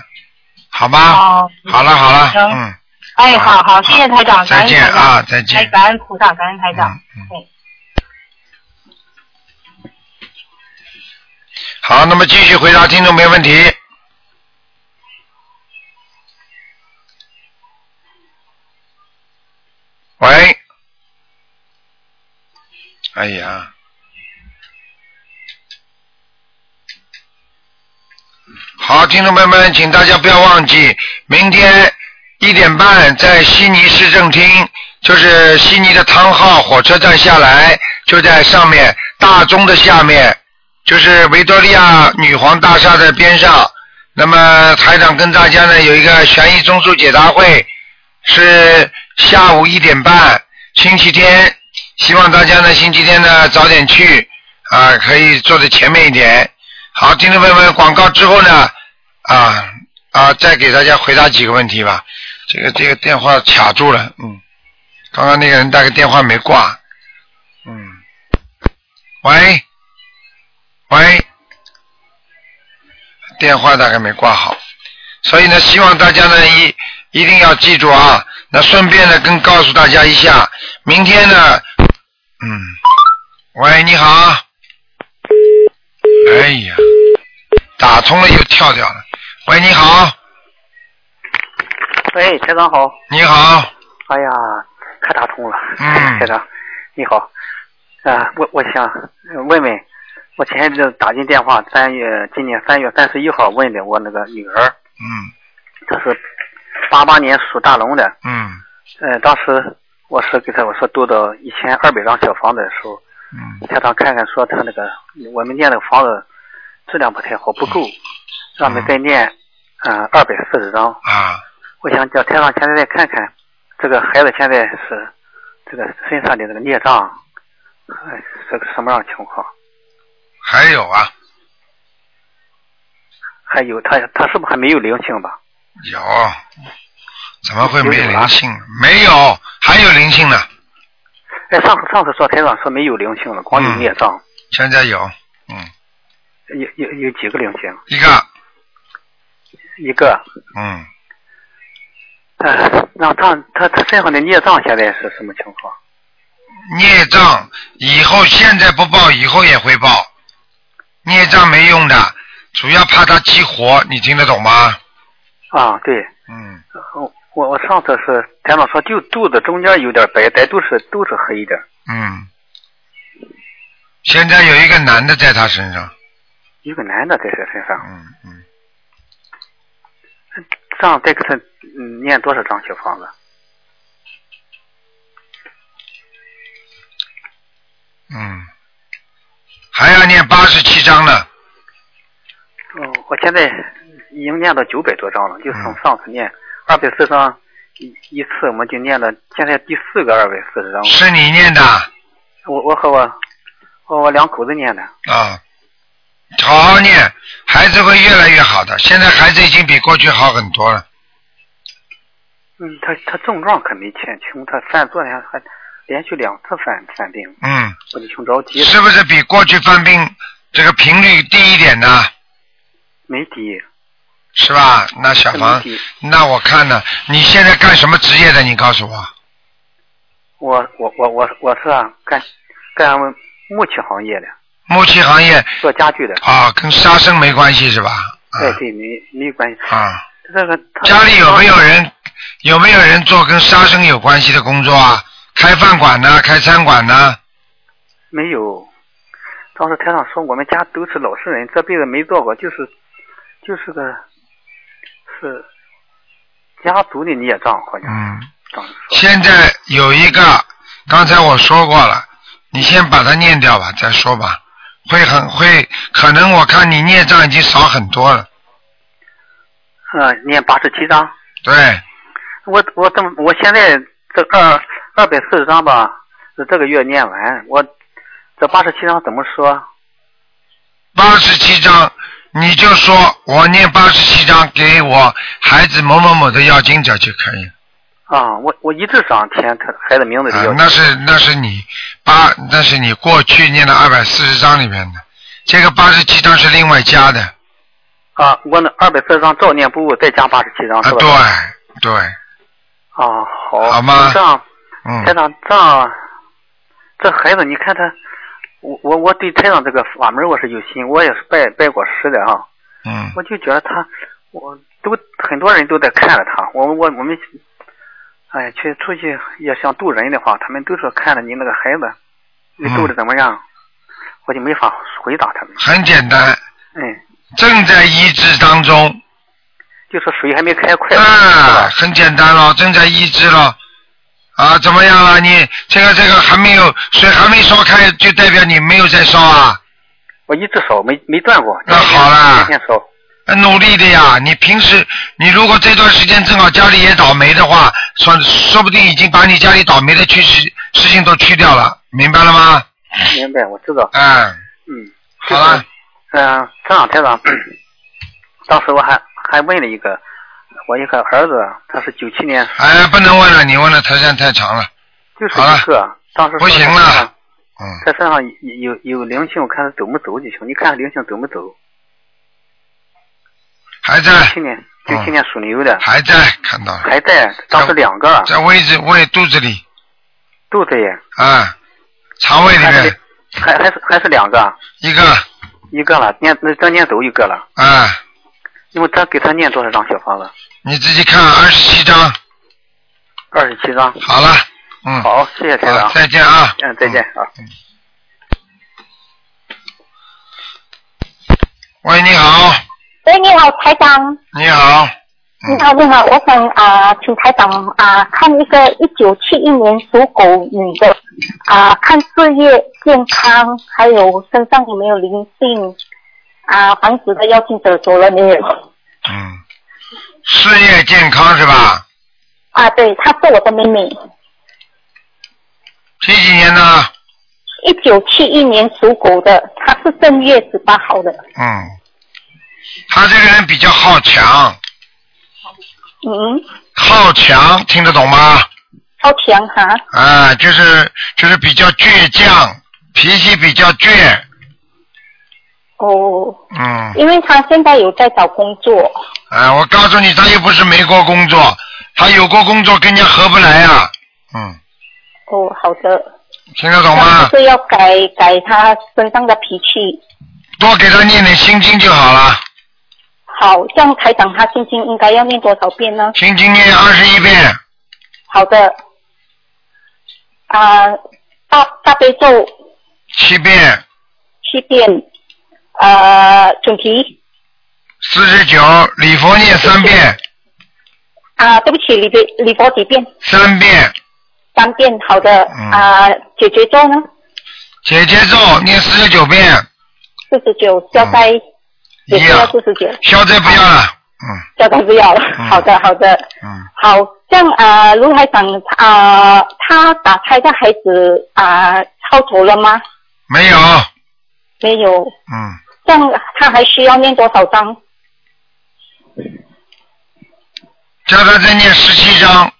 好吗？
哦，
好了好了，
行
嗯，
哎，好好，谢谢台长，感
再
恩
见
台长
啊，再
哎，
见。嗯
感恩菩萨，感恩台长。
好，那么继续回答听众没问题。喂，哎呀，好，听众朋友们，请大家不要忘记，明天一点半在悉尼市政厅，就是悉尼的汤浩火车站下来，就在上面大钟的下面，就是维多利亚女皇大厦的边上。那么台长跟大家呢有一个悬疑综述解答会，是下午一点半，星期天。希望大家呢星期天呢早点去啊，可以坐在前面一点。好，听众朋友们，广告之后呢，啊啊，再给大家回答几个问题吧。这个这个电话卡住了，嗯，刚刚那个人大概电话没挂，嗯，喂，喂，电话大概没挂好，所以呢，希望大家呢一一定要记住啊。那顺便呢，跟告诉大家一下，明天呢，嗯，喂，你好，哎呀，打通了又跳掉了。喂，你好，
喂，台长哎好。
你好，
哎呀，可打通了，
嗯
台长，你好。啊、我我想问问，我前一阵打进电话，三月今年三月三十一号问的我那个女儿，
嗯
她是八八年属大龙的，
嗯
呃，当时我是给她我说读到一千二百张小房子的时候，
嗯
台长看看说她那个我们念那个房子质量不太好，不够，让我们再念嗯二百四十张。
啊，
我想叫台上现在再看看，这个孩子现在是这个身上的这个孽障，呃是个什么样情况？
还有啊，
还有他他是不是还没有灵性吧？
有，怎么会没
有啊
灵性？没有，还有灵性呢，
哎，上次上次说台长说没有灵性了，光有
嗯
孽障，
现在有，嗯，
有有有几个灵性？
一个，
一个。
嗯，
呃，那他他他身上的孽障现在是什么情况？
孽障以后现在不报，以后也会报，孽障没用的，主要怕它激活，你听得懂吗？
啊，对，
嗯，
我我我上次是台长说就肚子中间有点白，但都是都是黑的。
嗯，现在有一个男的在他身上，
一个男的在他身上，
嗯嗯，
这样再给他嗯念多少张小房子？
嗯，还要念八十七章呢，
哦，我现在已经念到九百多章了，就从
嗯
上次念二百四章一一次，我们就念了现在第四个二百四十章了。
是你念的
我我和我我我两口子念的。
啊，好好念，孩子会越来越好的。现在孩子已经比过去好很多了，
嗯，他他症状可没减轻，他犯昨天还连续两次犯犯病，
嗯，
我就挺着急的。
是不是比过去犯病这个频率低一点呢？
没底，
是吧？那小
没
房，
底。
那我看呢，你现在干什么职业的？你告诉我，
我我我我我是啊干干木器行业的，
木器行业
做家具的。
啊，跟杀生没关系是吧？啊
哎，对，没没关系。
啊。
这个他
家里有没有人有没有人做跟杀生有关系的工作啊？开饭馆呢？开餐馆呢？
没有，当时台长说我们家都是老实人，这辈子没做过，就是就是个是家族的孽障，好像
嗯，
当时 说。
现在有一个，刚才我说过了，你先把它念掉吧，再说吧。会很会，可能我看你孽障已经少很多了。
呃，念八十七章，
对，
我我这么我现在这二二百四十章吧，是这个月念完，我这八十七章怎么说？
八十七章，你就说我念八十七章给我孩子某某某的要经者就可以了。
啊，我我一直想填他孩子名字
啊
里要、，
那是那是你八，那是你过去念的二百四十章里面的，这个八十七章是另外加的。
啊，我那二百四十张照念不误，再加八十七张，是吧？
啊对对，
啊，好，
好吗
这样，
嗯
台长，这样，啊这孩子，你看他，我我我对台长这个法门我是有心，我也是拜拜过师的啊，
嗯
我就觉得他，我都很多人都在看着他，我我我们，哎，去出去也想渡人的话，他们都说看着你那个孩子，
嗯
你渡的怎么样，我就没法回答他们，
很简单，
嗯，
正在医治当中，
就是水还没开快，
啊，很简单了，正在医治了。啊，怎么样了？你这个这个还没有水还没烧开，就代表你没有在烧啊？
我一只手没没断过，
那好啦，
天天烧。
呃努力的呀，你平时你如果这段时间正好家里也倒霉的话，说说不定已经把你家里倒霉的去事事情都去掉了，明白了吗？
明白，我知道。
嗯，
嗯，
好了，
嗯、这样台长， 当时我还还问了一个，我一个儿子，他是九七年，
哎，不能问了，你问了thời间太长了，
就是
好了
一个，当时
不行
了，
嗯，
他身上有有有灵性，我看他走没走就行，你看灵性走没走？
还在，
九七年，九七年属牛的，
还在，嗯看到了，
还在，当时两个，
在位置胃肚子里
肚子也，
啊，肠胃里
还是
面
还还是还是两个，
一个
一个了，念那再念走一个了，
啊，
因为他给他念多少张小房子？
你自己看啊二十七章，
二十七张。
好了，嗯，
好，谢谢台长
好，再见啊。
嗯，再见啊。
喂，你好，
喂，哎你好，台长。
你好，
你好，你好，我想啊、请台长啊、看一个一九七一年属狗女的啊、看事业健康，还有身上有没有灵性啊、房子的邀请者走了没有？
嗯，事业健康是吧？
啊，对，她是我的妹妹，
几几年呢？
一九七一年属狗的，她是正月十八号的。
嗯，他这个人比较好强，
嗯，
好强，听得懂吗？
超强哈，
啊，就是就是比较倔强，脾气比较倔，
哦，
嗯，
因为她现在有在找工作，
啊，我告诉你，他又不是没过工作，他有过工作跟人家合不来啊，嗯，
哦，好的，
听得懂啊吗？
就是要改改她身上的脾气。
多给他念点心经就好了，
好，这样台长他心经应该要念多少遍呢？
心经念二十一遍，
好的。啊、大大悲咒
七遍，
七遍，呃，准提
四十九，礼佛念三遍，
啊、对不起，礼佛礼佛几遍？
三遍，
三遍，好的。
嗯
啊、解决咒呢？
姐姐咒念四十九遍，
四十九，消灾也
嗯
是
一
要
样
四十九，
消灾不要了，
消灾不要了。
嗯
好的，好的。
嗯。
好，这样啊、卢台长啊、他打胎的孩子啊、超走了吗？
没有，
没有。
嗯。
这样他还需要念多少章？
叫他再念十七章，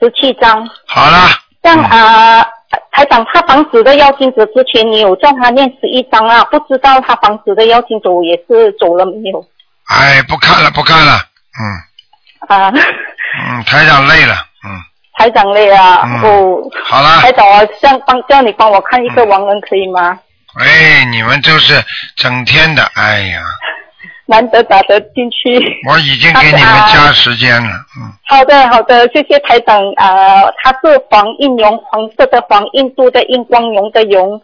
十七章。
好了，
这
嗯
样啊、呃台长他房子的要金子之前，你有叫他念十一章啊？不知道他房子的要金走也是走了没有？
哎，不看了，不看了，嗯
啊、
嗯，台长累了，嗯，
台长累啊，
嗯
哦，
好了嗯
台，长啊，这样帮叫你帮我看一个亡人可以吗？
哎，你们就是整天的，哎呀，
难得打得进去。
我已经给你们加时间了，嗯，
好的，好的，谢谢台长啊、呃他是黄印荣，黄色的黄，印度的印，光荣的荣，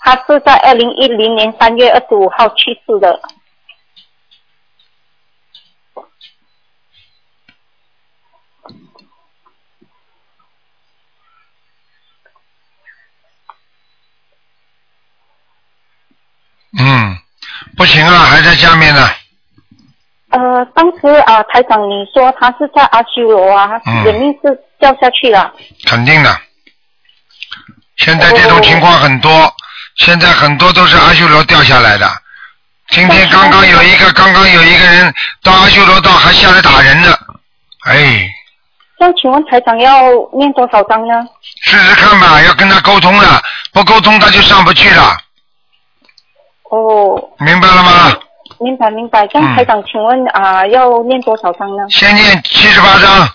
他是在二零一零年三月二十五号去世的。
嗯，不行了，还在下面呢，
呃，当时啊、台长你说他是在阿修罗啊，
嗯
人命是掉下去了。
肯定的。现在这种情况很多，现在很多都是阿修罗掉下来的。今天刚刚有一个，刚刚有一个人到阿修罗道还下来打人呢，哎，
那请问台长要念多少章呢？
试试看吧，要跟他沟通了，不沟通他就上不去了，
哦，
明白了吗？
明白明白。这样台长，请问啊、要念多少章呢？
嗯先念七十八章，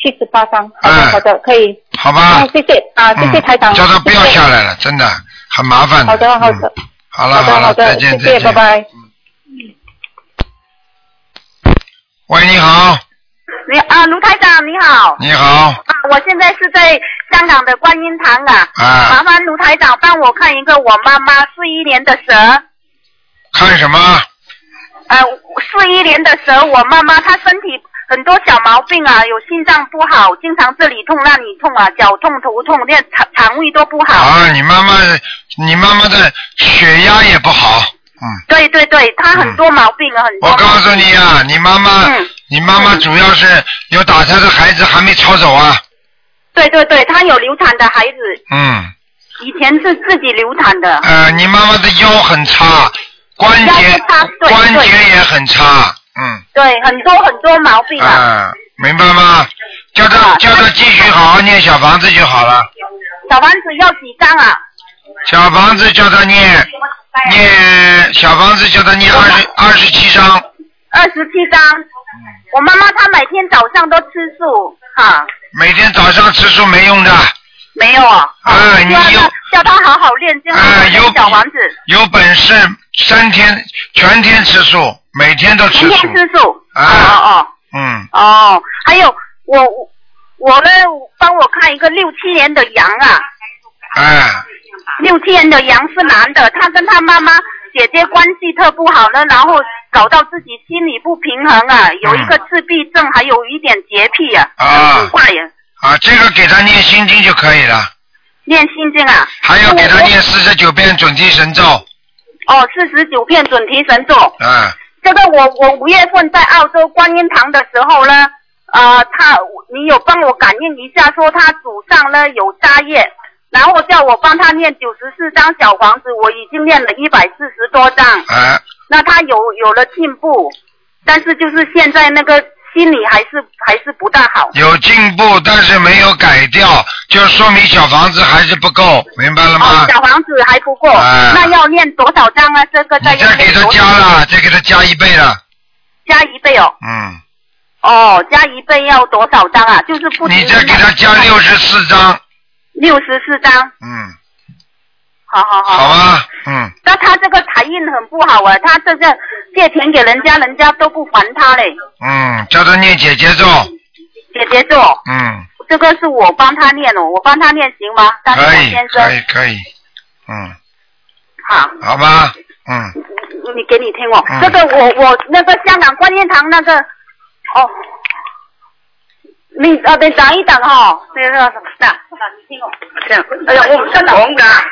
七十八章。好的好的，可以。
好吧
啊，？谢谢啊，谢谢台长。
哎嗯叫他不要
谢谢
下来了，真的很麻烦
好
的。嗯
的好的，
好了
好的
了，
好
再
的，
见
谢
再
谢，
见
拜。拜。
喂，你好，
你啊，卢台长你好
你好，
啊，我现在是在香港的观音堂啊，
啊
麻烦卢台长帮我看一个我妈妈四一年的蛇，
看什么？
呃，四一年的蛇，我妈妈她身体很多小毛病啊，有心脏不好，经常这里痛那里痛啊，脚痛头痛，连肠肠胃都不好。
啊，你妈妈，你妈妈的血压也不好。
哦
对对对，她很多毛病啊，很
嗯
多。
我告诉你啊，你妈妈，
嗯
你妈妈主要是有打胎的孩子还没超走啊。
对对对，她有流产的孩子，
嗯，
以前是自己流产的。
呃，你妈妈的腰很差，关节关节也很差。嗯，
对，很多很多毛病啊。
啊，明白吗？叫她叫她继续好好念小房子就好了。
小丸子要几张啊？
小房子叫她念
哎
念小房子叫她念二十二十七章。
二十七张。我妈妈她每天早上都吃素，哈、
每天早上吃素没用的，
没有啊。
啊，你哎
叫她叫她好好练，经常小丸子，
有本事三天全天吃素，每天都吃
天
素
天。吃素。
啊，
哦
嗯，
哦哦，还有我我我呢，帮我看一个六七年的羊啊，
哎，
六七年的羊是男的，他跟他妈妈姐姐关系特不好呢，然后搞到自己心理不平衡啊，有一个自闭症，还有一点洁癖啊，
啊
很古怪呀、
啊，这个给他念心经就可以了，
念心经啊，
还要给他念四十九遍准提神咒，
哦，四十九片准提神咒。
嗯，
这个我我五月份在澳洲观音堂的时候呢，呃，他你有帮我感应一下，说他祖上呢有杀业，然后叫我帮他念九十四张小房子，我已经念了一百四十多张，
哎，
那他有有了进步，但是就是现在那个心理还是还是不大好。
有进步，但是没有改掉，就说明小房子还是不够，明白了吗
哦，？小房子还不够，
哎
那要念多少张啊？这个再要念多少
加了，再给他加一倍了，
加一倍哦。
嗯，
哦，加一倍要多少张啊？就是不
你再给他加六十四张，
六十四张，
嗯，
好好好。
好啊，嗯，
那他这个财运很不好啊，他这个借钱给人家，人家都不还他嘞。
嗯，叫他念姐姐咒，
姐姐做，
嗯，
这个是我帮他念哦，我帮他念行吗？张
可以
先，
可
生
以，，可以，嗯，
好，
好吧，嗯，
你给你听哦。
嗯
这个我我那个香港观音堂那个，哦，你啊，等等一等哈、哦，那个那，你听我，这样，哎呀，我唔识讲噶。
哦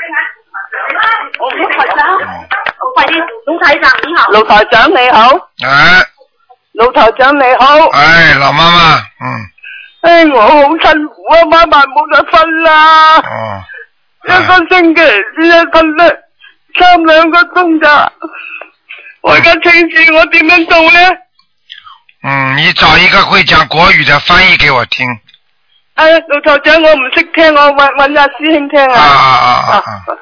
我卢台长，快啲，卢台长你好。
卢台长你好，
哎，
卢台长你好，
哎，老妈妈，嗯，
唉，我好辛苦啊，妈妈冇得瞓啦，
哦，
一个星期只係瞓得三兩個鐘咋，我而家請示我點樣做咧？
嗯，你找一个会讲国语的翻译给我聽。
唉，卢台長我唔識聽，我揾揾阿師兄聽
啊
啊。
啊啊啊！
哦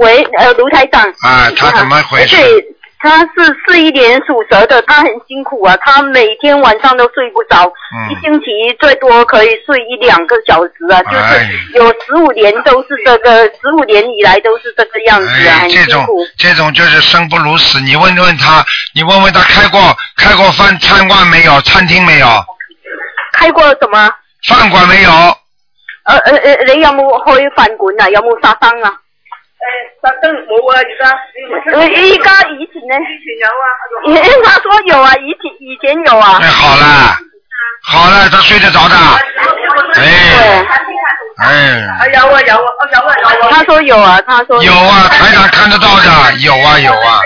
喂，呃，卢台长。
啊，他怎么回事？
对，他是四一年属蛇的，他很辛苦啊，他每天晚上都睡不着，
嗯
一星期最多可以睡一两个小时啊，就是
哎
有十五年都是这个，十五年以来都是这个样子啊，
哎，
很
这
辛
种
苦。
这种就是生不如死。你问问他，你问问他开过开过饭餐馆没有？餐厅没有？
开过什么？
饭馆没有？
呃呃呃，你有冇去饭馆啊？有冇殺生啊？
特登冇啊，而家。
哎我依家以前呢？
以前有啊。
他说有啊，以前以前有啊。
哎好啦，好啦，他睡得着的。哎，哎，
啊有啊有啊有啊有啊。
他说有啊，他说
有啊，台长看得到的，有啊有啊。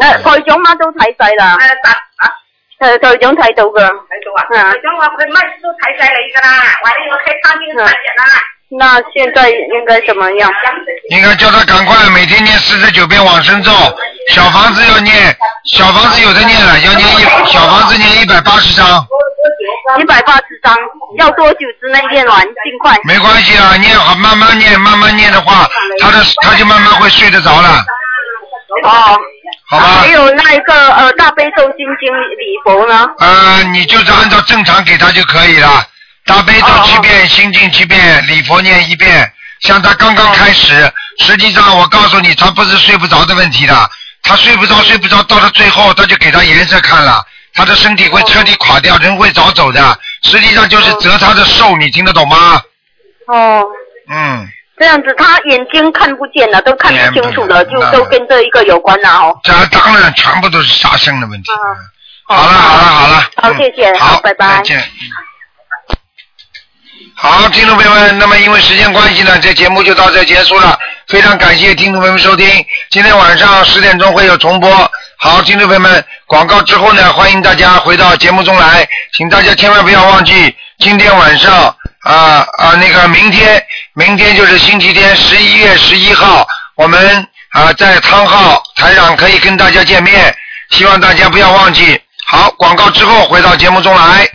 诶，台长乜都睇晒啦。
诶，特
诶，台長睇到噶。
哎睇到啊
啊
台長話佢乜都睇晒你噶啦，話你要開餐廳賺人啦。
那现在应该怎么样？
应该叫他赶快每天念四十九遍往生咒，小房子要念，小房子有的念了，要念一小房子念一百八十章，
一百八十张，要多久之内念完？尽快。
没关系啊，念好慢慢念，慢慢念的话，他的他就慢慢会睡得着了，
哦，
好吧？
还有那一个呃大悲咒心经礼佛呢？
呃，你就是按照正常给他就可以了。大悲咒七遍，心经七遍，礼佛念一遍。像他刚刚开
哦
始，实际上我告诉你，他不是睡不着的问题的，他睡不
嗯
着，睡不着，到了最后他就给他颜色看了，他的身体会彻底垮
嗯
掉，人会早走的。实际上就是折他的寿，你听得懂吗？
哦，
嗯，
这样子他眼睛看不见了，都看不清楚了，就都跟这一个有关了哦。
这当然全部都是杀生的问题。
好
了好了好了，
好，谢谢，好，拜拜
再。见。嗯好，听众朋友们，那么因为时间关系呢，这节目就到这结束了。非常感谢听众朋友们收听，今天晚上十点钟会有重播。好，听众朋友们，广告之后呢，欢迎大家回到节目中来，请大家千万不要忘记，今天晚上啊啊、那个明天，明天就是星期天，十一月十一号，我们啊、在汤号台长可以跟大家见面，希望大家不要忘记。好，广告之后回到节目中来。